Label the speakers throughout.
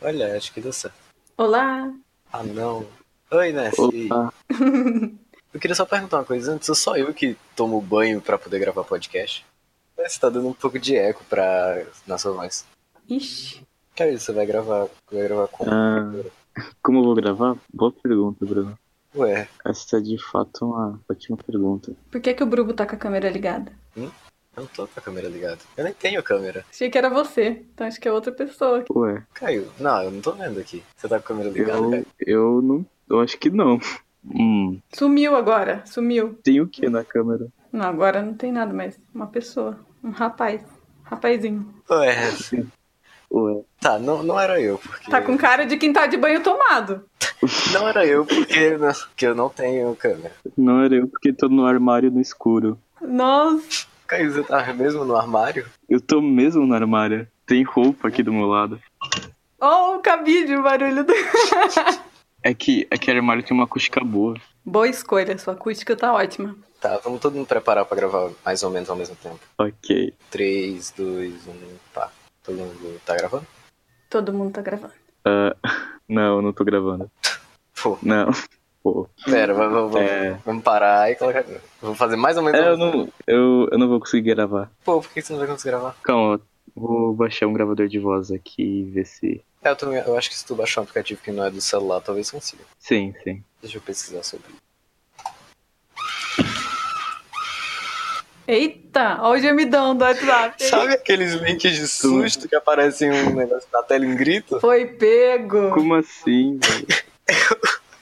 Speaker 1: Olha, acho que deu certo.
Speaker 2: Olá!
Speaker 1: Ah, não. Oi, Ness. E aí?
Speaker 3: Opa.
Speaker 1: Eu queria só perguntar uma coisa antes. Sou só eu que tomo banho pra poder gravar podcast? Mas Você tá dando um pouco de eco pra... na sua voz.
Speaker 2: Ixi,
Speaker 1: Que aí você vai gravar, vai gravar com...
Speaker 3: Ah, como eu vou gravar? Boa pergunta, Bruno.
Speaker 1: Ué,
Speaker 3: Essa é de fato uma ótima pergunta.
Speaker 2: por que, que o Brubo tá com a câmera ligada?
Speaker 1: eu não tô com a câmera ligada. Eu nem tenho câmera.
Speaker 2: Achei que era você, então acho que é outra pessoa.
Speaker 3: Ué,
Speaker 1: Caiu. Não, eu não tô vendo aqui. Você tá com a câmera ligada,
Speaker 3: eu,
Speaker 1: Caio?
Speaker 3: eu não. Eu acho que não. Hum,
Speaker 2: Sumiu agora, sumiu.
Speaker 3: tem o que na câmera?
Speaker 2: Não, agora não tem nada mais. Uma pessoa, um rapaz, rapazinho.
Speaker 1: Ué,
Speaker 3: Ué,
Speaker 1: tá, não, não era eu, porque...
Speaker 2: Tá com cara de quem tá de banho tomado.
Speaker 1: Não era eu, porque, não, porque eu não tenho câmera.
Speaker 3: não era eu porque tô no armário no escuro.
Speaker 2: Nossa,
Speaker 1: Caio, você tá mesmo no armário?
Speaker 3: Eu tô mesmo no armário. Tem roupa aqui do meu lado.
Speaker 2: ó o cabide, o barulho do...
Speaker 3: É que aquele armário tem uma acústica boa.
Speaker 2: Boa escolha, sua acústica tá ótima.
Speaker 1: Tá, vamos todo mundo preparar pra gravar mais ou menos ao mesmo tempo.
Speaker 3: Ok.
Speaker 1: 3, 2, 1, pá. Todo mundo tá gravando?
Speaker 2: Todo mundo tá gravando.
Speaker 3: Ah, não, não tô gravando.
Speaker 1: Pô,
Speaker 3: Não. Pô.
Speaker 1: pera, vamos, vamos,
Speaker 3: Hum, É.
Speaker 1: vamos parar e colocar. Vamos fazer mais ou menos.
Speaker 3: É, eu não, eu, eu não vou conseguir gravar.
Speaker 1: Pô, por que você não vai conseguir gravar?
Speaker 3: Calma, vou baixar um gravador de voz aqui e ver se.
Speaker 1: É, eu, também- eu acho que se tu baixar um aplicativo que não é do celular, talvez consiga.
Speaker 3: Sim, sim.
Speaker 1: Deixa eu pesquisar sobre isso.
Speaker 2: Eita, ó o gemidão do WhatsApp. hein?
Speaker 1: Sabe aqueles links de susto que aparecem um negócio na tela em grito?
Speaker 2: Foi pego.
Speaker 3: Como assim, velho?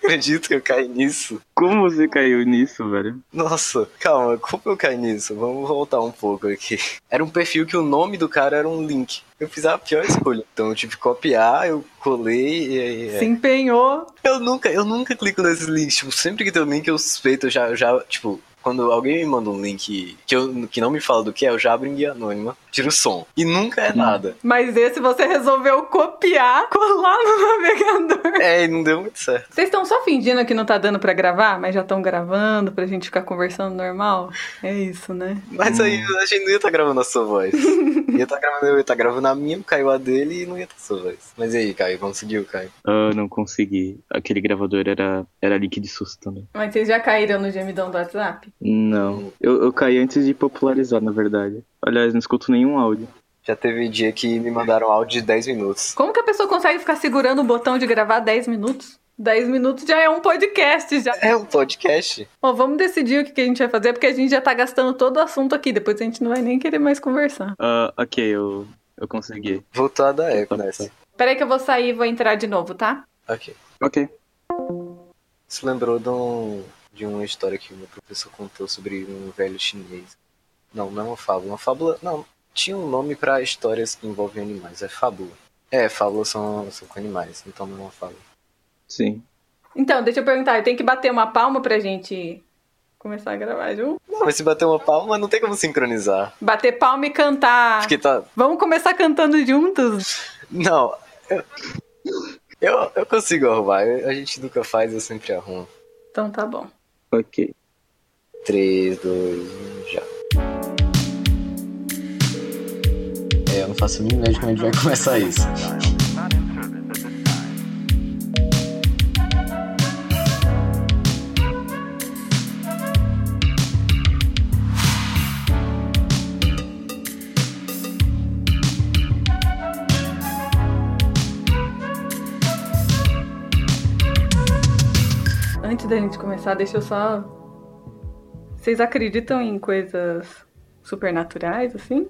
Speaker 1: Acredito que eu caí nisso.
Speaker 3: Como você caiu nisso, velho?
Speaker 1: Nossa, calma, como eu caí nisso? Vamos voltar um pouco aqui. Era um perfil que o nome do cara era um link. Eu fiz a pior escolha. Então eu tive que copiar, eu colei e aí. é.
Speaker 2: Se empenhou.
Speaker 1: Eu nunca, eu nunca clico nesses links. Tipo, sempre que tem um link eu suspeito, eu já, eu já tipo, quando alguém me manda um link que, eu, que não me fala do que é, eu já abro em guia anônima, tiro o som. E nunca é nada.
Speaker 2: Mas esse você resolveu copiar, colar no navegador.
Speaker 1: É, e não deu muito certo.
Speaker 2: Vocês estão só fingindo que não tá dando pra gravar, mas já estão gravando pra gente ficar conversando normal? É isso, né?
Speaker 1: Mas aí a gente não ia estar gravando a sua voz. ia estar gravando, eu ia estar gravando a minha, caiu a dele e não ia estar a sua voz. Mas e aí, Caio, conseguiu, Caio?
Speaker 3: Ah, não consegui. Aquele gravador era, era link de susto também.
Speaker 2: Mas vocês já caíram no gemidão do WhatsApp?
Speaker 3: Não. Eu, eu caí antes de popularizar, na verdade. Aliás, não escuto nenhum áudio.
Speaker 1: Já teve dia que me mandaram áudio de 10 minutos.
Speaker 2: Como que a pessoa consegue ficar segurando o botão de gravar 10 minutos? 10 minutos já é um podcast já.
Speaker 1: É um podcast.
Speaker 2: Bom, vamos decidir o que que a gente vai fazer, porque a gente já tá gastando todo o assunto aqui, depois a gente não vai nem querer mais conversar.
Speaker 3: Ah, ok, eu, eu consegui.
Speaker 1: Voltou a da época, né?
Speaker 2: Peraí que eu vou sair e vou entrar de novo, tá?
Speaker 1: Ok.
Speaker 3: Ok.
Speaker 1: Se lembrou de, um, de uma história que o meu professor contou sobre um velho chinês. Não, não é uma fábula. Uma fábula. Não, tinha um nome pra histórias que envolvem animais. É fábula. É, fábulas são, são com animais, então não é uma fábula.
Speaker 3: Sim.
Speaker 2: Então, deixa eu perguntar, tem que bater uma palma pra gente começar a gravar junto?
Speaker 1: Não, mas se bater uma palma, não tem como sincronizar.
Speaker 2: Bater palma e cantar.
Speaker 1: Porque tá.
Speaker 2: Vamos começar cantando juntos?
Speaker 1: Não. Eu, eu, eu consigo arrumar. Eu- a gente nunca faz, eu sempre arrumo.
Speaker 2: Então tá bom.
Speaker 3: Ok.
Speaker 1: 3, 2, 1, já. É, eu não faço a mínima ideia de como a gente vai começar isso.
Speaker 2: Antes da gente começar, deixa eu só. Vocês acreditam em coisas supernaturais, assim?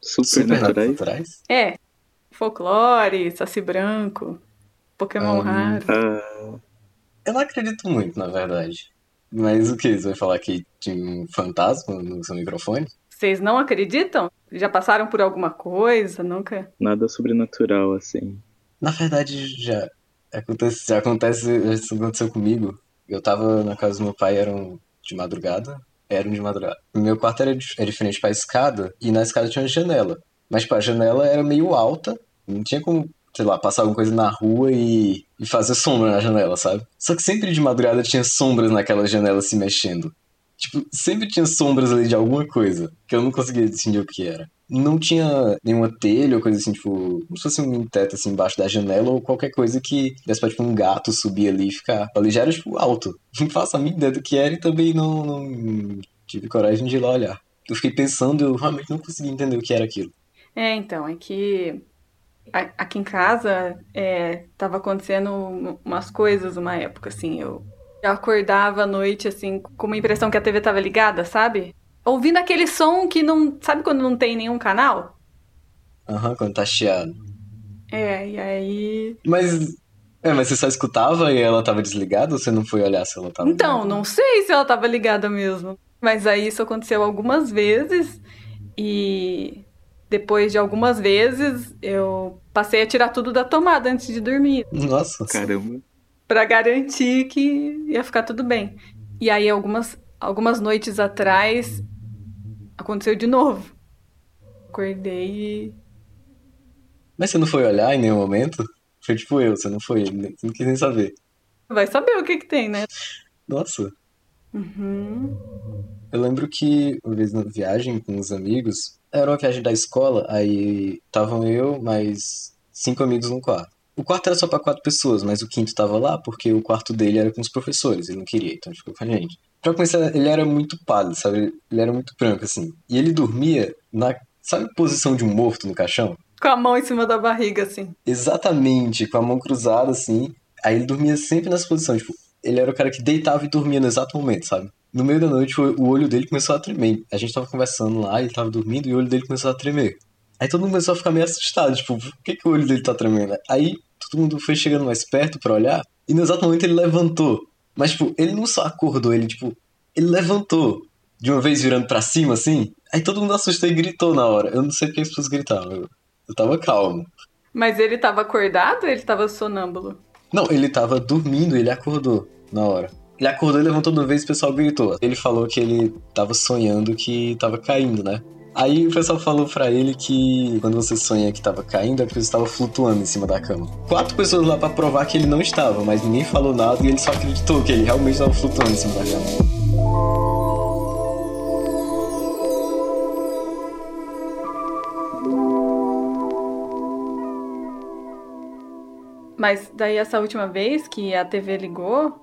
Speaker 3: Supernaturais?
Speaker 1: naturais?
Speaker 2: É. Folclore, Saci Branco, Pokémon
Speaker 1: Ah,
Speaker 2: Raro.
Speaker 3: Ah,
Speaker 1: Eu não acredito muito, na verdade. Mas o que? Você vai falar que tinha um fantasma no seu microfone?
Speaker 2: Vocês não acreditam? Já passaram por alguma coisa? Nunca?
Speaker 3: nada sobrenatural, assim.
Speaker 1: Na verdade, já acontece, já acontece, isso aconteceu comigo. Eu tava na casa do meu pai, eram de madrugada. Eram de madrugada. O meu quarto era di- é de frente pra escada, e na escada tinha uma janela. Mas, tipo, a janela era meio alta, não tinha como, sei lá, passar alguma coisa na rua e, e fazer sombra na janela, sabe? Só que sempre de madrugada tinha sombras naquela janela se mexendo. Tipo, sempre tinha sombras ali de alguma coisa, que eu não conseguia decidir o que era. Não tinha nenhuma telha ou coisa assim, tipo, como se fosse um teto assim embaixo da janela ou qualquer coisa que desse pra, tipo, um gato subir ali e ficar. Ali já era, tipo, alto. Não faço a mínima ideia do que era e também não, não tive coragem de ir lá olhar. Eu fiquei pensando, eu realmente não consegui entender o que era aquilo.
Speaker 2: É, então, é que a- aqui em casa é, tava acontecendo um- umas coisas uma época, assim, eu eu acordava à noite, assim, com uma impressão que a TV tava ligada, sabe? Ouvindo aquele som que não. Sabe quando não tem nenhum canal?
Speaker 1: Aham, quando tá chiado.
Speaker 2: É, e
Speaker 1: Tá
Speaker 2: aí.
Speaker 1: Mas. É, mas você só escutava e ela tava desligada ou você não foi olhar se ela tava.
Speaker 2: Então, não sei se ela tava ligada mesmo. Mas aí isso aconteceu algumas vezes e depois de algumas vezes eu passei a tirar tudo da tomada antes de dormir.
Speaker 1: Nossa.
Speaker 3: Caramba.
Speaker 2: Pra garantir que ia ficar tudo bem. E aí, algumas, algumas noites atrás, aconteceu de novo. Acordei e.
Speaker 1: Mas você não foi olhar em nenhum momento? Foi tipo eu, você não foi, né? você não quis nem saber.
Speaker 2: Vai saber o que que tem, né?
Speaker 1: Nossa,
Speaker 2: Uhum.
Speaker 1: eu lembro que uma vez na viagem com os amigos, era uma viagem da escola, aí estavam eu mais cinco amigos num quarto. O quarto era só pra quatro pessoas, mas o quinto tava lá porque o quarto dele era com os professores, ele não queria, então ele ficou com a gente. Pra começar, ele era muito pálido, sabe? Ele era muito branco, assim. E ele dormia na, sabe, posição de um morto no caixão?
Speaker 2: Com a mão em cima da barriga, assim.
Speaker 1: Exatamente, com a mão cruzada assim. Aí ele dormia sempre nessa posição, tipo, ele era o cara que deitava e dormia no exato momento, sabe? No meio da noite, o o olho dele começou a tremer. A gente tava conversando lá, ele tava dormindo e o olho dele começou a tremer. Aí todo mundo começou a ficar meio assustado, tipo, por que, que o olho dele tá tremendo? Aí todo mundo foi chegando mais perto pra olhar e no exato momento ele levantou. Mas, tipo, ele não só acordou, ele, tipo, ele levantou de uma vez virando pra cima assim. Aí todo mundo assustou e gritou na hora. Eu não sei porque as pessoas gritavam, eu, eu tava calmo.
Speaker 2: Mas ele tava acordado ou ele tava sonâmbulo?
Speaker 1: Não, ele tava dormindo, ele acordou na hora. Ele acordou e levantou de uma vez e o pessoal gritou. Ele falou que ele tava sonhando que tava caindo, né? Aí o pessoal falou pra ele que quando você sonha que tava caindo é porque você tava flutuando em cima da cama. Quatro pessoas lá pra provar que ele não estava, mas ninguém falou nada e ele só acreditou que ele realmente tava flutuando em cima da cama.
Speaker 2: Mas daí, essa última vez que a TV ligou,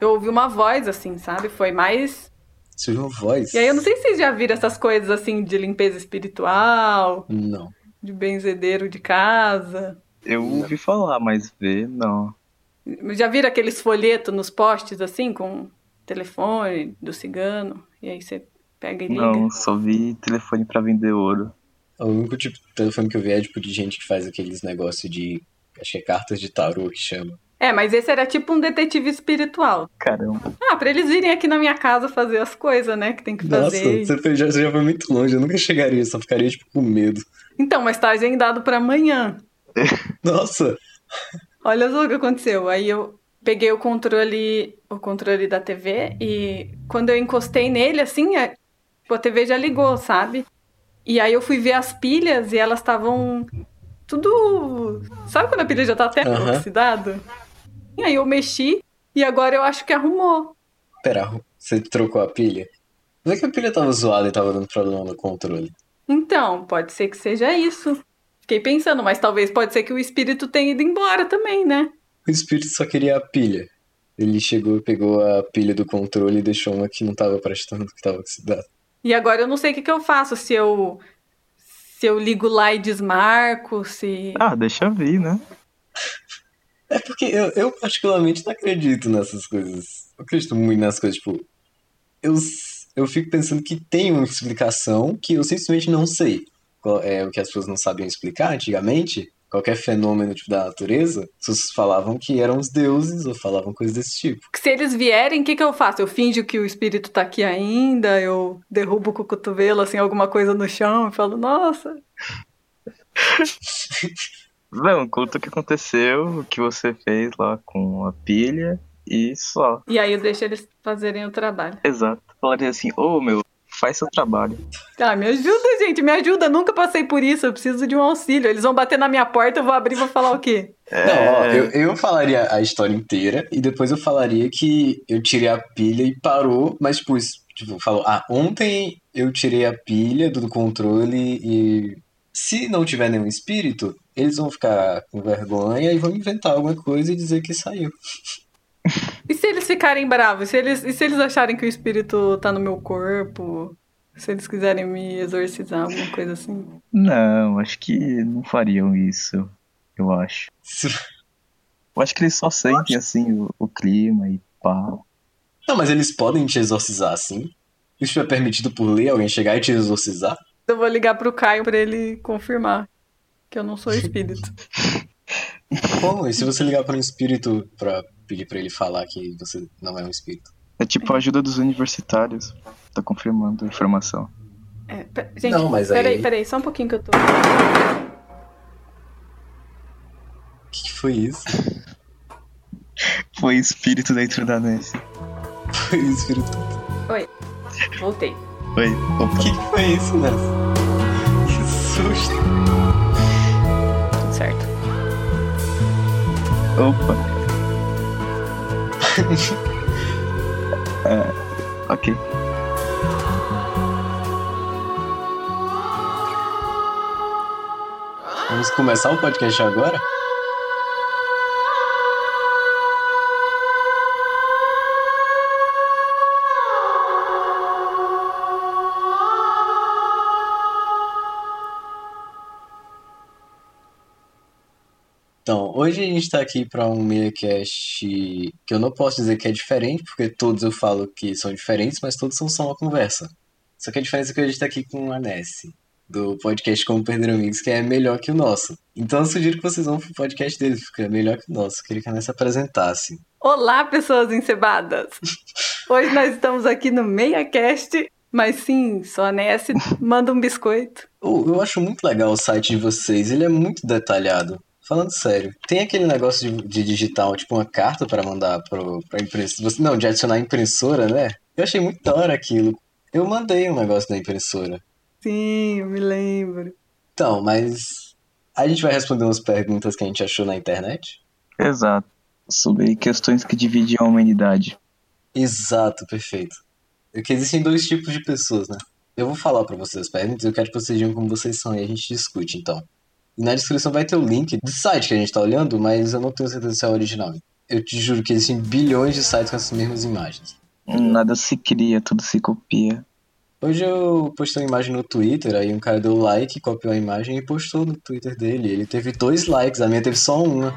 Speaker 2: eu ouvi uma voz, assim, sabe? Foi mais.
Speaker 1: Você ouviu uma voz?
Speaker 2: E aí, eu não sei se vocês já viram essas coisas, assim, de limpeza espiritual,
Speaker 1: Não.
Speaker 2: de benzedeiro de casa.
Speaker 3: Eu ouvi falar, mas ver, não.
Speaker 2: Já viram aqueles folhetos nos postes, assim, com telefone do cigano? E aí você pega e liga.
Speaker 3: Não, só vi telefone pra vender ouro.
Speaker 1: O único tipo de telefone que eu vi é tipo de gente que faz aqueles negócios de. Acho que é cartas de tarô que chama.
Speaker 2: É, mas esse era tipo um detetive espiritual.
Speaker 3: Caramba.
Speaker 2: Ah, pra eles virem aqui na minha casa fazer as coisas, né, que tem que
Speaker 1: Nossa,
Speaker 2: fazer.
Speaker 1: você, foi- já, você já foi muito longe, eu nunca chegaria, eu só ficaria tipo com medo.
Speaker 2: Então, mas tá agendado pra amanhã.
Speaker 1: Nossa,
Speaker 2: Olha só o que aconteceu. Aí eu peguei o controle, o controle da TV e quando eu encostei nele, assim, a, tipo, a TV já ligou, sabe? E aí eu fui ver as pilhas e elas estavam tudo. Sabe quando a pilha já tá até
Speaker 1: Aham.
Speaker 2: oxidada? E aí eu mexi e agora eu acho que arrumou.
Speaker 1: pera, você trocou a pilha? Não é que a pilha tava zoada e tava dando problema no controle.
Speaker 2: Então, pode ser que seja isso. Fiquei pensando, mas talvez pode ser que o espírito tenha ido embora também, né?
Speaker 1: O espírito só queria a pilha. Ele chegou, pegou a pilha do controle e deixou uma que não tava prestando, que tava oxidada.
Speaker 2: E agora eu não sei o que, que eu faço, se eu se eu ligo lá e desmarco, se.
Speaker 3: Ah, deixa vir, né?
Speaker 1: É porque eu, eu particularmente não acredito nessas coisas. Eu acredito muito nessas coisas, tipo. Eu, s- eu fico pensando que tem uma explicação que eu simplesmente não sei. Qual- É, o que as pessoas não sabiam explicar antigamente. Qualquer fenômeno tipo, da natureza, as pessoas falavam que eram os deuses ou falavam coisas desse tipo.
Speaker 2: Porque se eles vierem, o que, que eu faço? Eu finjo que o espírito tá aqui ainda, eu derrubo com o cotovelo, assim, alguma coisa no chão e falo, nossa.
Speaker 3: Não, conta o que aconteceu, o que você fez lá com a pilha e só.
Speaker 2: E aí eu deixo eles fazerem o trabalho.
Speaker 3: Exato. Falaria assim, ô meu, faz seu trabalho.
Speaker 2: Ah, me ajuda, gente, me ajuda. Nunca passei por isso, eu preciso de um auxílio. Eles vão bater na minha porta, eu vou abrir e vou falar o quê?
Speaker 1: Não, ó,
Speaker 3: É.
Speaker 1: eu, eu falaria a história inteira e depois eu falaria que eu tirei a pilha e parou, mas, tipo, o es- Tipo, falou, ah, ontem eu tirei a pilha do controle e se não tiver nenhum espírito, eles vão ficar com vergonha e vão inventar alguma coisa e dizer que saiu.
Speaker 2: E se eles ficarem bravos? Se eles, e se eles acharem que o espírito tá no meu corpo? Se eles quiserem me exorcizar, alguma coisa assim?
Speaker 3: Não, acho que não fariam isso. Eu acho. Eu acho que eles só sentem, assim, o, o clima e pá.
Speaker 1: Não, mas eles podem te exorcizar, sim. Isso é permitido por lei, alguém chegar e te exorcizar?
Speaker 2: Eu vou ligar pro Caio pra ele confirmar que eu não sou espírito.
Speaker 1: Bom, e se você ligar para um espírito pra pedir pra ele falar que você não é um espírito?
Speaker 3: É tipo a ajuda dos universitários. Tá confirmando a informação.
Speaker 2: É, pe- gente,
Speaker 1: Não, mas aí-
Speaker 2: peraí, peraí, só um pouquinho que eu tô.
Speaker 1: O que, que foi isso?
Speaker 3: Foi espírito dentro da Nancy.
Speaker 1: Foi espírito.
Speaker 2: Voltei.
Speaker 3: Foi.
Speaker 1: O
Speaker 3: Opa.
Speaker 1: que, que foi isso, Ness? Que susto.
Speaker 2: Tudo certo.
Speaker 3: Opa. é, ok.
Speaker 1: Vamos começar o podcast agora? Então, hoje a gente tá aqui pra um MeiaCast que eu não posso dizer que é diferente, porque todos eu falo que são diferentes, mas todos são só uma conversa. Só que a diferença é que a gente tá aqui com a Nessie do podcast Como Perder Amigos, que é melhor que o nosso. Então eu sugiro que vocês vão pro podcast dele, porque é melhor que o nosso. Eu Queria que a Nessa apresentasse.
Speaker 2: Olá, pessoas encebadas! Hoje nós estamos aqui no MeiaCast, mas sim, só a Ness manda um biscoito.
Speaker 1: Eu, eu acho muito legal o site de vocês, ele é muito detalhado. Falando sério, tem aquele negócio de, de digitar, tipo, uma carta para mandar pro, pra impressora. Não, de adicionar a impressora, né? Eu achei muito da hora aquilo. Eu mandei um negócio da impressora.
Speaker 2: Sim, eu me lembro.
Speaker 1: Então, mas a gente vai responder umas perguntas que a gente achou na internet?
Speaker 3: Exato. Sobre questões que dividiam a humanidade.
Speaker 1: Exato, perfeito. É que existem dois tipos de pessoas, né? Eu vou falar pra vocês as perguntas, eu quero que vocês digam como vocês são e a gente discute, então. E na descrição vai ter o link do site que a gente tá olhando, mas eu não tenho certeza se é o original. Eu te juro que existem bilhões de sites com essas mesmas imagens.
Speaker 3: Nada se cria, tudo se copia.
Speaker 1: Hoje eu postei uma imagem no Twitter, aí um cara deu like, copiou a imagem e postou no Twitter dele. Ele teve dois likes, a minha teve só uma.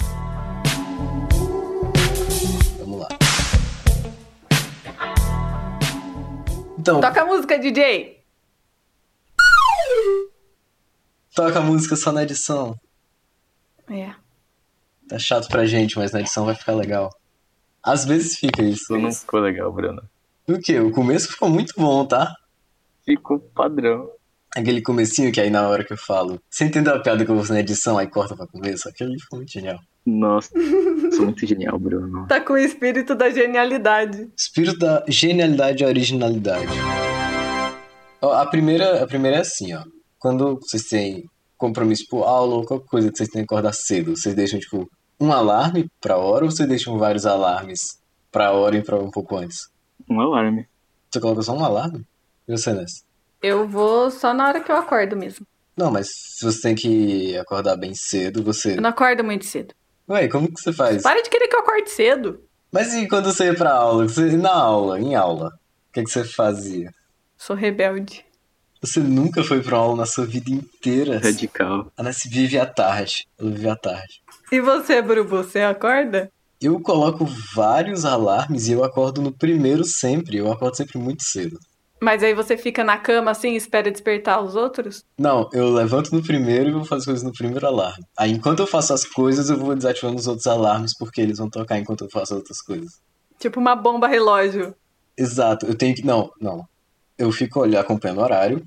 Speaker 1: Vamos lá. Então,
Speaker 2: Toca a música, DJ!
Speaker 1: Toca a música só na edição.
Speaker 2: É.
Speaker 1: Tá chato pra gente, mas na edição vai ficar legal. Às vezes fica isso.
Speaker 4: Isso não ficou legal, Bruno.
Speaker 1: O quê? O começo ficou muito bom, tá?
Speaker 4: Ficou um padrão.
Speaker 1: Aquele comecinho que aí na hora que eu falo, você entendeu a piada que eu vou fazer na edição, aí corta pra começo, aquele ficou muito genial.
Speaker 4: Nossa, sou muito genial, Bruno.
Speaker 2: Tá com o espírito da genialidade.
Speaker 1: Espírito da genialidade e originalidade. Ó, A primeira, a primeira é assim, ó. Quando vocês têm compromisso por aula ou qualquer coisa que vocês têm que acordar cedo, vocês deixam, tipo, um alarme pra hora ou vocês deixam vários alarmes pra hora e pra um pouco antes?
Speaker 4: Um alarme.
Speaker 1: Você coloca só um alarme? E você, Ness?
Speaker 2: Eu vou só na hora que eu acordo mesmo.
Speaker 1: Não, mas se você tem que acordar bem cedo, você.
Speaker 2: Eu não acordo muito cedo.
Speaker 1: Ué, como que você faz?
Speaker 2: Para de querer que eu acorde cedo.
Speaker 1: Mas e quando você ia pra aula? Você- Na aula, em aula, o que, que você fazia?
Speaker 2: Sou rebelde.
Speaker 1: Você nunca foi pra aula na sua vida inteira.
Speaker 3: É
Speaker 4: Radical.
Speaker 1: A Ness vive à tarde. Ela vive à tarde.
Speaker 2: E você, Bruno, você acorda?
Speaker 1: Eu coloco vários alarmes e eu acordo no primeiro sempre. Eu acordo sempre muito cedo.
Speaker 2: Mas aí você fica na cama assim e espera despertar os outros?
Speaker 1: Não, eu levanto no primeiro e vou fazer as coisas no primeiro alarme. Aí enquanto eu faço as coisas, eu vou desativando os outros alarmes porque eles vão tocar enquanto eu faço as outras coisas.
Speaker 2: Tipo uma bomba relógio.
Speaker 1: Exato, eu tenho que. Não, não. Eu fico olhando, acompanhando o horário.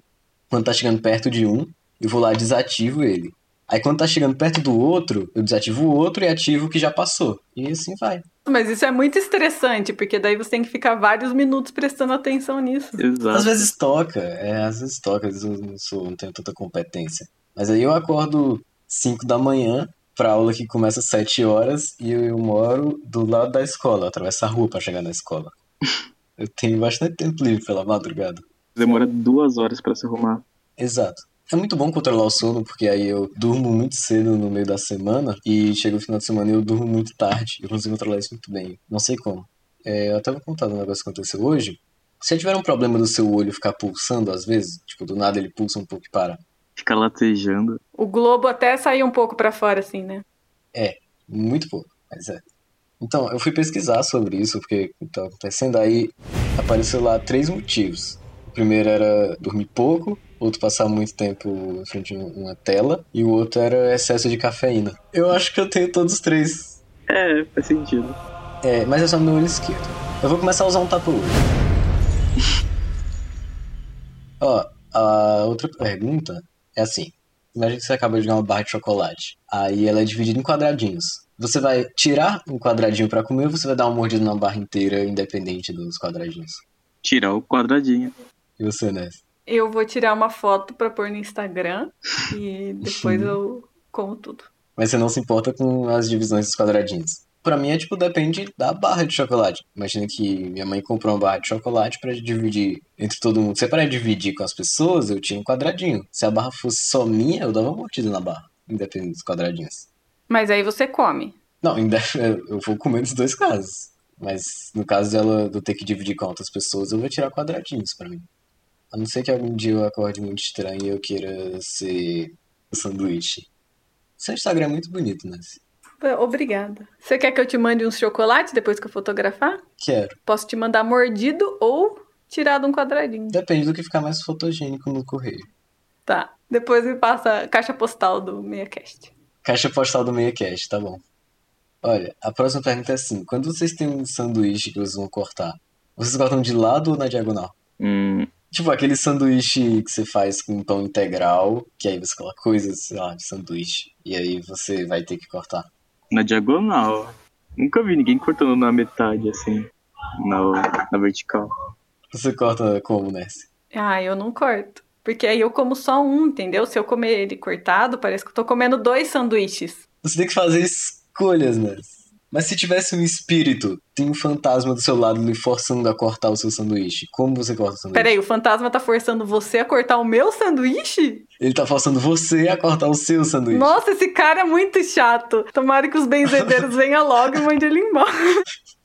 Speaker 1: Quando tá chegando perto de um, eu vou lá e desativo ele. Aí quando tá chegando perto do outro, eu desativo o outro e ativo o que já passou. E assim vai.
Speaker 2: Mas isso é muito estressante, porque daí você tem que ficar vários minutos prestando atenção nisso.
Speaker 3: Tá.
Speaker 4: Exato.
Speaker 1: Às vezes toca, é, às vezes toca, às vezes eu não, sou, não tenho tanta competência. Mas aí eu acordo 5 da manhã pra aula que começa às 7 horas e eu, eu moro do lado da escola, eu atravesso a rua pra chegar na escola. Eu tenho bastante tempo livre pela madrugada.
Speaker 4: Demora duas horas pra se arrumar.
Speaker 1: Exato. É muito bom controlar o sono, porque aí eu durmo muito cedo no meio da semana e chega o final de semana e eu durmo muito tarde. Eu consigo controlar isso muito bem. Não sei como. É, eu até vou contar um negócio que aconteceu hoje. Você tiver um problema do seu olho ficar pulsando às vezes, tipo, do nada ele pulsa um pouco e para.
Speaker 4: Fica latejando.
Speaker 2: O globo até saiu um pouco pra fora, assim, né?
Speaker 1: Muito pouco, mas é. Então, eu fui pesquisar sobre isso, porque tá acontecendo. Aí apareceu lá três motivos. O primeiro era dormir pouco, outro passar muito tempo em frente a uma tela, e o outro era excesso de cafeína. Eu acho que eu tenho todos os três.
Speaker 4: É, faz sentido.
Speaker 1: É, mas é só no olho esquerdo. Eu vou começar a usar um tapa-olho. Ó, a outra pergunta é assim. Imagina que você acaba de ganhar uma barra de chocolate. Aí ela é dividida em quadradinhos. Você vai tirar um quadradinho pra comer ou você vai dar uma mordida na barra inteira, independente dos quadradinhos?
Speaker 4: Tirar o quadradinho.
Speaker 1: E você, Ness?
Speaker 2: Eu vou tirar uma foto pra pôr no Instagram e depois eu como tudo.
Speaker 1: Mas você não se importa com as divisões dos quadradinhos. Pra mim é tipo, depende da barra de chocolate. Imagina que minha mãe comprou uma barra de chocolate pra dividir entre todo mundo. Se é pra dividir com as pessoas, eu tinha um quadradinho. Se a barra fosse só minha, eu dava uma mordida na barra, independente dos quadradinhos.
Speaker 2: Mas aí você come.
Speaker 1: Não, ainda eu vou comer nos dois casos. Mas no caso dela de eu ter que dividir com outras pessoas, eu vou tirar quadradinhos pra mim. A não ser que algum dia eu acorde muito estranho e eu queira ser um sanduíche. Seu Instagram é muito bonito, né?
Speaker 2: Obrigada. Você quer que eu te mande uns chocolates depois que eu fotografar?
Speaker 1: Quero.
Speaker 2: Posso te mandar mordido ou tirado um quadradinho.
Speaker 1: Depende do que ficar mais fotogênico no correio.
Speaker 2: Tá. Depois me passa a caixa postal do MeiaCast.
Speaker 1: Caixa postal do MeiaCast, tá bom. Olha, a próxima pergunta é assim: quando vocês têm um sanduíche que vocês vão cortar, vocês cortam de lado ou na diagonal?
Speaker 4: Hum,
Speaker 1: Tipo aquele sanduíche que você faz com pão integral, que aí você coloca coisas, sei lá, de sanduíche, e aí você vai ter que cortar.
Speaker 4: na diagonal. Nunca vi ninguém cortando na metade, assim. Na, na vertical.
Speaker 1: Você corta como, Ness?
Speaker 2: Ah, eu não corto. Porque aí eu como só um, entendeu? Se eu comer ele cortado, parece que eu tô comendo dois sanduíches.
Speaker 1: Você tem que fazer escolhas, Ness. Mas se tivesse um espírito, tem um fantasma do seu lado lhe forçando a cortar o seu sanduíche, como você corta o sanduíche?
Speaker 2: Peraí, o fantasma tá forçando você a cortar o meu sanduíche?
Speaker 1: Ele tá forçando você a cortar o seu sanduíche.
Speaker 2: Nossa, esse cara é muito chato. Tomara que os benzedeiros venham logo e mandem ele embora.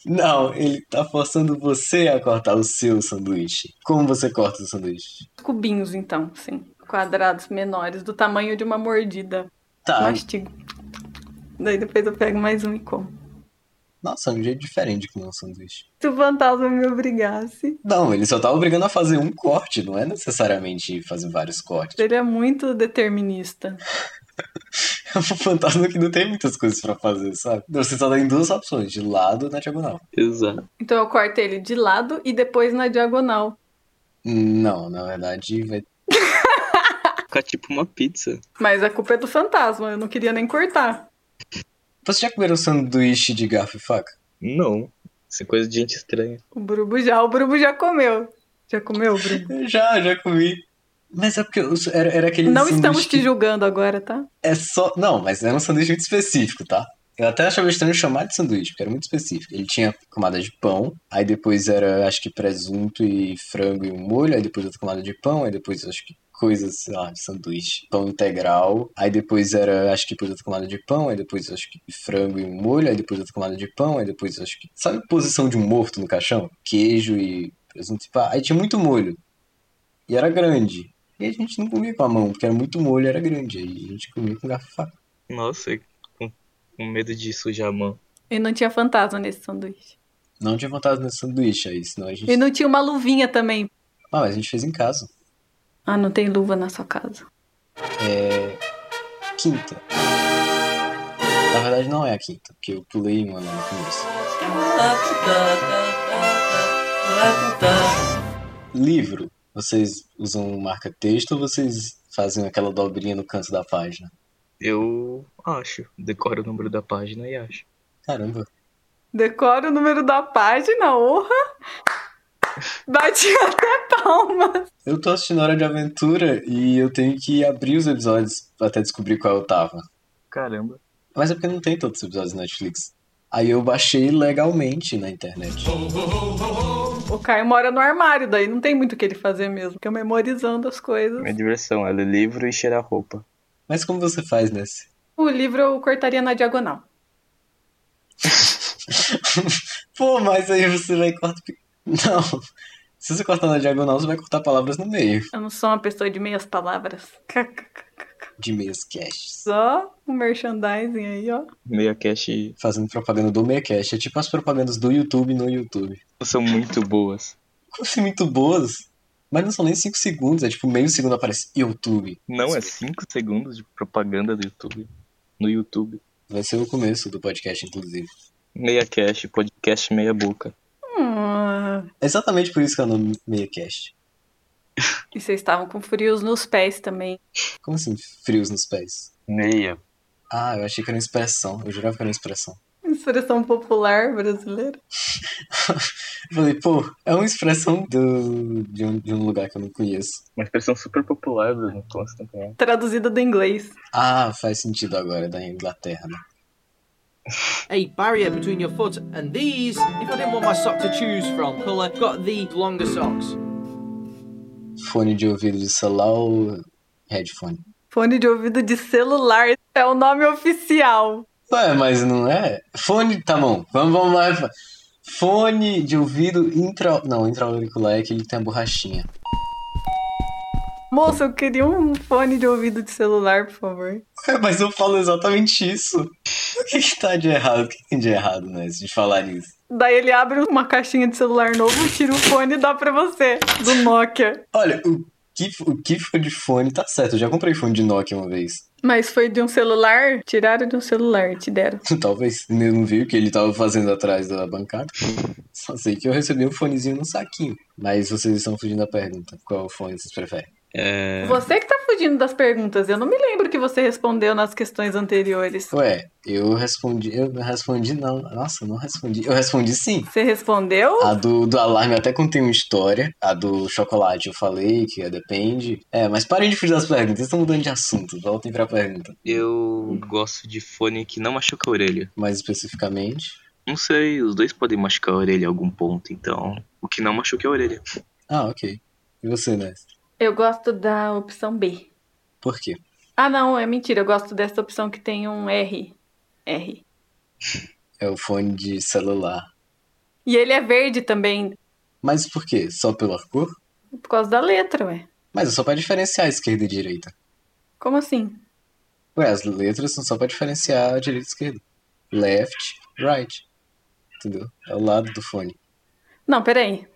Speaker 1: Não, ele tá forçando você a cortar o seu sanduíche. Como você corta o sanduíche?
Speaker 2: Cubinhos, então, sim. Quadrados menores, do tamanho de uma mordida.
Speaker 1: Tá,
Speaker 2: Mastigo. Daí depois eu pego mais um e como.
Speaker 1: nossa, é um jeito diferente de comer um sanduíche.
Speaker 2: Se o fantasma me obrigasse.
Speaker 1: Não, ele só tá obrigando a fazer um corte, não é necessariamente fazer vários cortes.
Speaker 2: Ele é muito determinista.
Speaker 1: É um fantasma que não tem muitas coisas pra fazer, sabe? Você só tem duas opções, de lado ou na diagonal.
Speaker 4: Exato.
Speaker 2: Então eu corto ele de lado e depois na diagonal.
Speaker 1: Não, na verdade, vai...
Speaker 4: Fica tipo uma pizza.
Speaker 2: Mas a culpa é do fantasma, eu não queria nem cortar.
Speaker 1: Você já comeu um sanduíche de garfo e faca?
Speaker 4: Não. Isso é coisa de gente estranha.
Speaker 2: O Brubo já, o Brubo já comeu. Já comeu, Brubo?
Speaker 1: Eu Já, já comi. Mas é porque eu- era, era aquele
Speaker 2: Não
Speaker 1: sanduíche
Speaker 2: estamos te
Speaker 1: que
Speaker 2: julgando agora, tá?
Speaker 1: é só... Não, mas era um sanduíche muito específico, tá? Eu até achava estranho chamar de sanduíche, porque era muito específico. Ele tinha camada de pão, aí depois era, acho que, presunto e frango e um molho, aí depois outra camada de pão, aí depois, acho que, coisas, sei lá, de sanduíche. Pão integral, aí depois era, acho que, depois outra camada de pão, aí depois, acho que, frango e um molho, aí depois outra camada de pão, aí depois, acho que... Sabe posição de um morto no caixão? Queijo e presunto e pá. Aí tinha muito molho. E era grande. E a gente não comia com a mão, porque era muito molho, era grande. Aí a gente comia com garfo e faca.
Speaker 4: Nossa, com, com medo de sujar a mão.
Speaker 2: E não tinha fantasma nesse sanduíche.
Speaker 1: Não tinha vontade nesse sanduíche aí, senão a gente.
Speaker 2: E não tinha uma luvinha também.
Speaker 1: Ah, mas a gente fez em casa.
Speaker 2: Ah, não tem luva na sua casa.
Speaker 1: Quinta. Na verdade, não é a quinta, porque eu pulei uma lá no começo. Livro. Vocês usam marca-texto ou vocês fazem aquela dobrinha no canto da página?
Speaker 4: Eu acho. Decoro o número da página e acho.
Speaker 1: Caramba.
Speaker 2: Decora o número da página, honra. Bati até palma.
Speaker 1: Eu tô assistindo Hora de Aventura e eu tenho que abrir os episódios até descobrir qual eu tava.
Speaker 4: Caramba.
Speaker 1: Mas é porque não tem todos os episódios na Netflix. Aí eu baixei legalmente na internet.
Speaker 2: Ô, O Caio mora no armário, daí não tem muito o que ele fazer mesmo, fica memorizando as coisas.
Speaker 4: Minha diversão, é ler livro e cheirar roupa.
Speaker 1: Mas como você faz nesse?
Speaker 2: O livro eu cortaria na diagonal.
Speaker 1: Pô, mas aí você vai cortar. Não. Se você cortar na diagonal, você vai cortar palavras no meio.
Speaker 2: Eu não sou uma pessoa de meias palavras.
Speaker 1: De meias caches.
Speaker 2: Só o merchandising aí, ó.
Speaker 4: Meia cache
Speaker 1: Fazendo propaganda do meia cache. É tipo as propagandas do YouTube no YouTube.
Speaker 4: são muito boas.
Speaker 1: Como assim, muito boas. Mas não são nem 5 segundos. É tipo meio segundo aparece YouTube.
Speaker 4: Não é 5 segundos de propaganda do YouTube. No YouTube.
Speaker 1: Vai ser o começo do podcast, inclusive.
Speaker 4: Meia cache, podcast meia boca.
Speaker 2: Hum,
Speaker 1: É exatamente por isso que é o nome meia cast.
Speaker 2: E vocês estavam com frios nos pés também.
Speaker 1: Como assim, frios nos pés?
Speaker 4: Meia.
Speaker 1: Ah, eu achei que era uma expressão. Eu jurava que era uma expressão.
Speaker 2: Expressão popular brasileira.
Speaker 1: Eu falei, pô, é uma expressão do, de, um, de um lugar que eu não conheço.
Speaker 4: Uma expressão super popular do no Clássico Campeonato.
Speaker 2: Traduzida do inglês.
Speaker 1: Ah, faz sentido agora, é da Inglaterra, né?
Speaker 5: a barrier between your foot and these. If I didn't want my sock to choose from colour, got the longer socks.
Speaker 1: Fone de ouvido de celular ou headphone?
Speaker 2: Fone de ouvido de celular é o nome oficial.
Speaker 1: Ué, mas não é? Fone, tá bom, vamos, vamos lá. Fone de ouvido intra... Não, intra-auricular é aquele que tem a borrachinha.
Speaker 2: Moça, eu queria um fone de ouvido de celular, por favor.
Speaker 1: Ué, mas eu falo exatamente isso. O que que tá de errado? O que que tem de errado, né, de falar isso?
Speaker 2: Daí ele abre uma caixinha de celular novo, tira o fone e dá pra você, do Nokia.
Speaker 1: Olha, o que, o que ficou de fone tá certo. Eu já comprei fone de Nokia uma vez.
Speaker 2: Mas foi de um celular? Tiraram de um celular e te deram.
Speaker 1: Talvez eu não vi o que ele tava fazendo atrás da bancada. Só sei que eu recebi um fonezinho num saquinho. Mas vocês estão fugindo da pergunta. Qual fone vocês preferem?
Speaker 4: É.
Speaker 2: Você que tá fugindo das perguntas, eu não me lembro o que você respondeu nas questões anteriores.
Speaker 1: Ué, é, eu respondi. Eu não respondi, não. Nossa, eu não respondi. Eu respondi sim.
Speaker 2: Você respondeu?
Speaker 1: A do, do alarme até contém uma história. A do chocolate eu falei que é depende. É, mas parem de fugir das perguntas. Vocês estão mudando de assunto. Voltem pra pergunta.
Speaker 4: Eu gosto de fone que não machuca a orelha.
Speaker 1: Mais especificamente.
Speaker 4: Não sei, os dois podem machucar a orelha em algum ponto, então. O que não machuca a orelha.
Speaker 1: Ah, ok. E você, né?
Speaker 2: Eu gosto da opção B.
Speaker 1: Por quê?
Speaker 2: Ah, não, é mentira. Eu gosto dessa opção que tem um R. R.
Speaker 1: É o fone de celular.
Speaker 2: E ele é verde também,
Speaker 1: Mas por quê? Só pela cor?
Speaker 2: por causa da letra, ué.
Speaker 1: Mas é só pra diferenciar a esquerda e a direita.
Speaker 2: Como assim?
Speaker 1: Ué, as letras são só pra diferenciar a direita e a esquerda. Left, right. Entendeu? É o lado do fone.
Speaker 2: Não, peraí.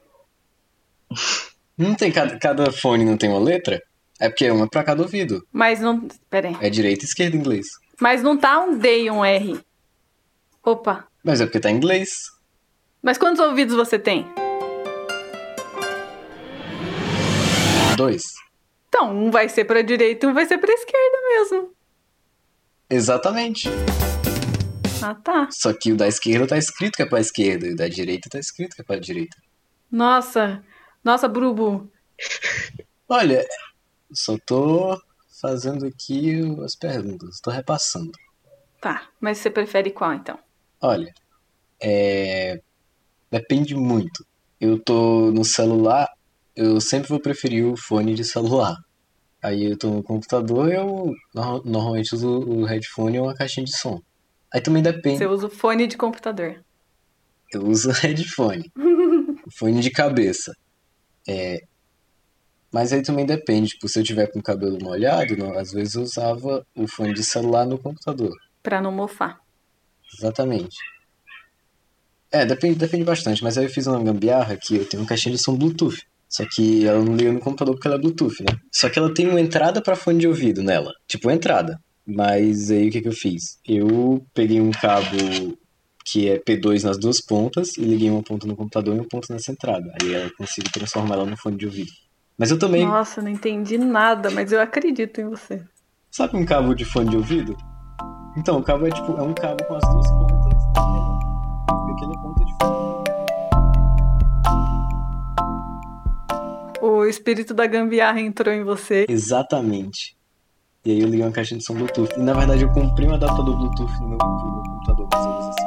Speaker 1: Não tem cada, cada fone não tem uma letra? É porque é uma pra cada ouvido.
Speaker 2: Mas não. Peraí.
Speaker 1: É direita e esquerda em inglês.
Speaker 2: Mas não tá um D e um R. Opa.
Speaker 1: Mas é porque tá em inglês.
Speaker 2: Mas quantos ouvidos você tem?
Speaker 1: Dois.
Speaker 2: Então, um vai ser pra direita e um vai ser pra esquerda mesmo.
Speaker 1: Exatamente.
Speaker 2: Ah, tá.
Speaker 1: Só que o da esquerda tá escrito que é pra esquerda. E o da direita tá escrito que é pra direita.
Speaker 2: Nossa. Nossa, Brubu.
Speaker 1: Olha, só tô fazendo aqui as perguntas. Tô repassando.
Speaker 2: Tá. Mas você prefere qual então?
Speaker 1: Olha, é, depende muito. Eu tô no celular, eu sempre vou preferir o fone de celular. Aí eu tô no computador, eu no- normalmente uso o headphone ou uma caixinha de som. Aí também depende,
Speaker 2: Você usa o fone de computador.
Speaker 1: eu uso headphone, fone de cabeça. É, mas aí também depende, tipo, se eu tiver com o cabelo molhado, não, às vezes eu usava o fone de celular no computador.
Speaker 2: pra não mofar.
Speaker 1: Exatamente. É, depende, depende bastante, mas aí eu fiz uma gambiarra que eu tenho uma caixinha de som Bluetooth. Só que ela não liga no computador porque ela é Bluetooth, né? Só que ela tem uma entrada pra fone de ouvido nela. Tipo, uma entrada. Mas aí o que que eu fiz? Eu peguei um cabo que é P2 nas duas pontas e liguei uma ponta no computador e uma ponta nessa entrada. Aí eu consigo transformar ela no fone de ouvido. Mas eu também.
Speaker 2: Nossa, não entendi nada, mas eu acredito em você.
Speaker 1: Sabe um cabo de fone de ouvido? Então, o cabo é tipo, é um cabo com as duas pontas. E aquele é ponta de fone.
Speaker 2: O espírito da gambiarra entrou em você.
Speaker 1: Exatamente. E aí eu liguei uma caixinha de som Bluetooth. E na verdade eu comprei um adaptador Bluetooth no meu, pro meu computador, assim. mas eu uso esse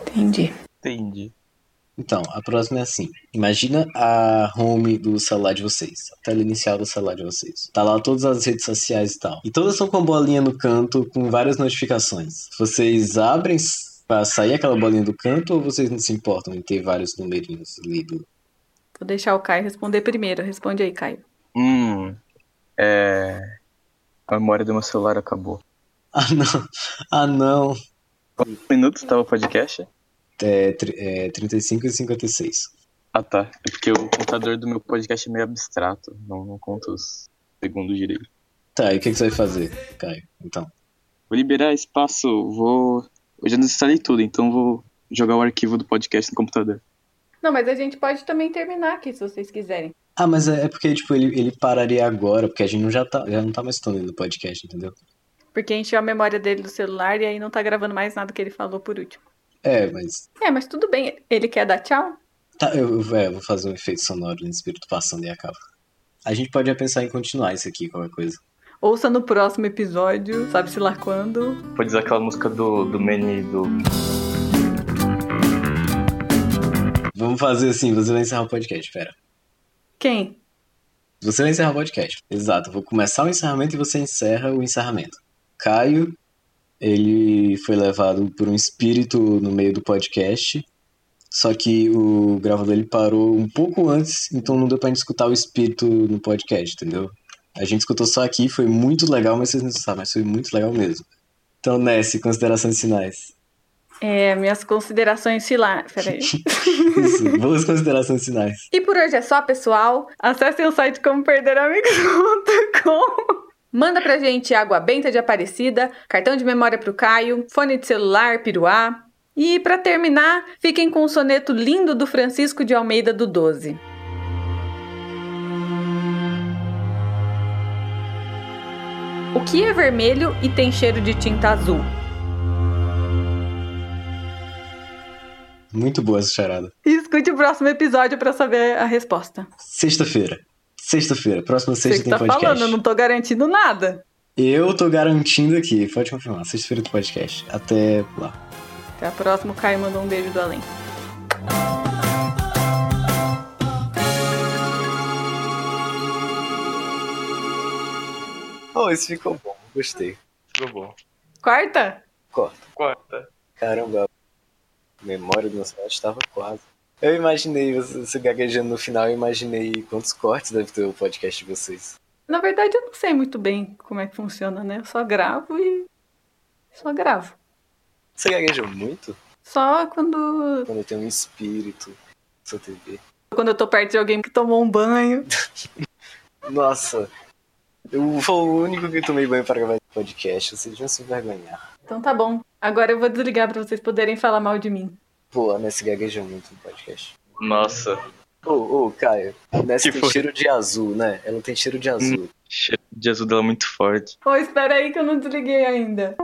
Speaker 1: cabo.
Speaker 6: Entendi.
Speaker 3: Entendi.
Speaker 1: Então, a próxima é assim. Imagina a home do celular de vocês, a tela inicial do celular de vocês. Tá lá todas as redes sociais e tal. E todas são com a bolinha no canto, com várias notificações. Vocês abrem pra sair aquela bolinha do canto ou vocês não se importam em ter vários numerinhos lidos?
Speaker 2: Vou deixar o Caio responder primeiro. Responde aí, Caio.
Speaker 4: Hum. É. A memória do meu celular acabou.
Speaker 1: Ah, não. Ah, não.
Speaker 4: Quantos minutos tava o podcast?
Speaker 1: É, tri- é 35 e 56.
Speaker 4: Ah, tá. É porque o contador do meu podcast é meio abstrato. Não, não conta os segundos direito.
Speaker 1: Tá, e o que, que você vai fazer, Caio? Então.
Speaker 4: Vou liberar espaço. Vou. Eu já desinstalei tudo, então vou jogar o arquivo do podcast no computador.
Speaker 2: Não, mas a gente pode também terminar aqui, se vocês quiserem.
Speaker 1: Ah, mas é é porque, tipo, ele, ele pararia agora, porque a gente não já, tá, já não tá mais tão no podcast, entendeu?
Speaker 2: Porque encheu a memória dele do celular e aí não tá gravando mais nada que ele falou por último.
Speaker 1: É, mas.
Speaker 2: É, mas tudo bem. Ele quer dar tchau?
Speaker 1: Tá, eu, eu- é, eu vou fazer um efeito sonoro no espírito passando e acaba. A gente pode já pensar em continuar isso aqui, qualquer coisa.
Speaker 2: Ouça no próximo episódio, sabe-se lá quando.
Speaker 4: Pode usar aquela música do, do Manny do
Speaker 1: Vamos fazer assim, você vai encerrar o podcast, pera.
Speaker 2: Quem?
Speaker 1: Você vai encerrar o podcast. Exato, eu vou começar o encerramento e você encerra o encerramento. Caio, ele foi levado por um espírito no meio do podcast, só que o gravador ele parou um pouco antes, então não deu pra gente escutar o espírito no podcast, entendeu? A gente escutou só aqui, foi muito legal, mas vocês não sabem, mas foi muito legal mesmo. Então, Ness, considerações finais.
Speaker 2: É, minhas considerações finais. Peraí.
Speaker 1: Isso, boas considerações finais.
Speaker 2: E por hoje é só, pessoal. Acessem o site comoperderamigos.com. Manda pra gente água benta de Aparecida, cartão de memória pro Caio, fone de celular, piruá. E pra terminar, fiquem com o soneto lindo do Francisco de Almeida do 12. O que é vermelho e tem cheiro de tinta azul?
Speaker 1: Muito boa essa charada.
Speaker 2: E escute o próximo episódio pra saber a resposta.
Speaker 1: Sexta-feira. Sexta-feira. Próxima
Speaker 2: Você
Speaker 1: sexta
Speaker 2: que
Speaker 1: tem
Speaker 2: tá
Speaker 1: podcast.
Speaker 2: falando, eu não tô garantindo nada.
Speaker 1: Eu tô garantindo aqui, pode confirmar. Sexta-feira do podcast. Até lá.
Speaker 2: Até a próxima. O Caio mandou um beijo do além.
Speaker 1: Oh, isso ficou bom. Gostei.
Speaker 7: Ficou bom.
Speaker 2: Corta?
Speaker 7: Quarta.
Speaker 1: Caramba. a Memória do nosso site estava quase. Eu imaginei você, você gaguejando no final, eu imaginei quantos cortes deve ter o podcast de vocês.
Speaker 2: Na verdade, eu não sei muito bem como é que funciona, né? Eu só gravo e. Só gravo.
Speaker 1: Você gagueja muito
Speaker 2: Só quando.
Speaker 1: quando tem um espírito na sua TV.
Speaker 2: Quando eu tô perto de alguém que tomou um banho.
Speaker 1: Nossa, eu fui o único que tomei banho para gravar esse podcast. Vocês vão se envergonhar.
Speaker 2: Então tá bom. Agora eu vou desligar pra vocês poderem falar mal de mim.
Speaker 1: Pô, a Ness gagueja muito no podcast.
Speaker 4: Nossa,
Speaker 1: Ô, ô, Caio, a Ness
Speaker 4: Que
Speaker 1: tem
Speaker 4: foi?
Speaker 1: cheiro de azul, né? Ela tem cheiro de azul.
Speaker 4: cheiro de azul dela é muito forte.
Speaker 2: Ô, espera aí que eu não desliguei ainda.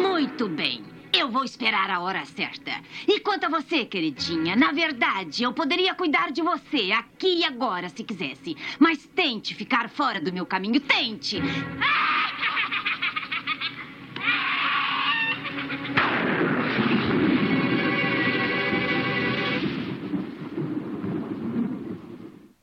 Speaker 8: Muito bem. Eu vou esperar a hora certa. E quanto a você, queridinha, na verdade, eu poderia cuidar de você aqui e agora, se quisesse. Mas tente ficar fora do meu caminho, tente! Ah!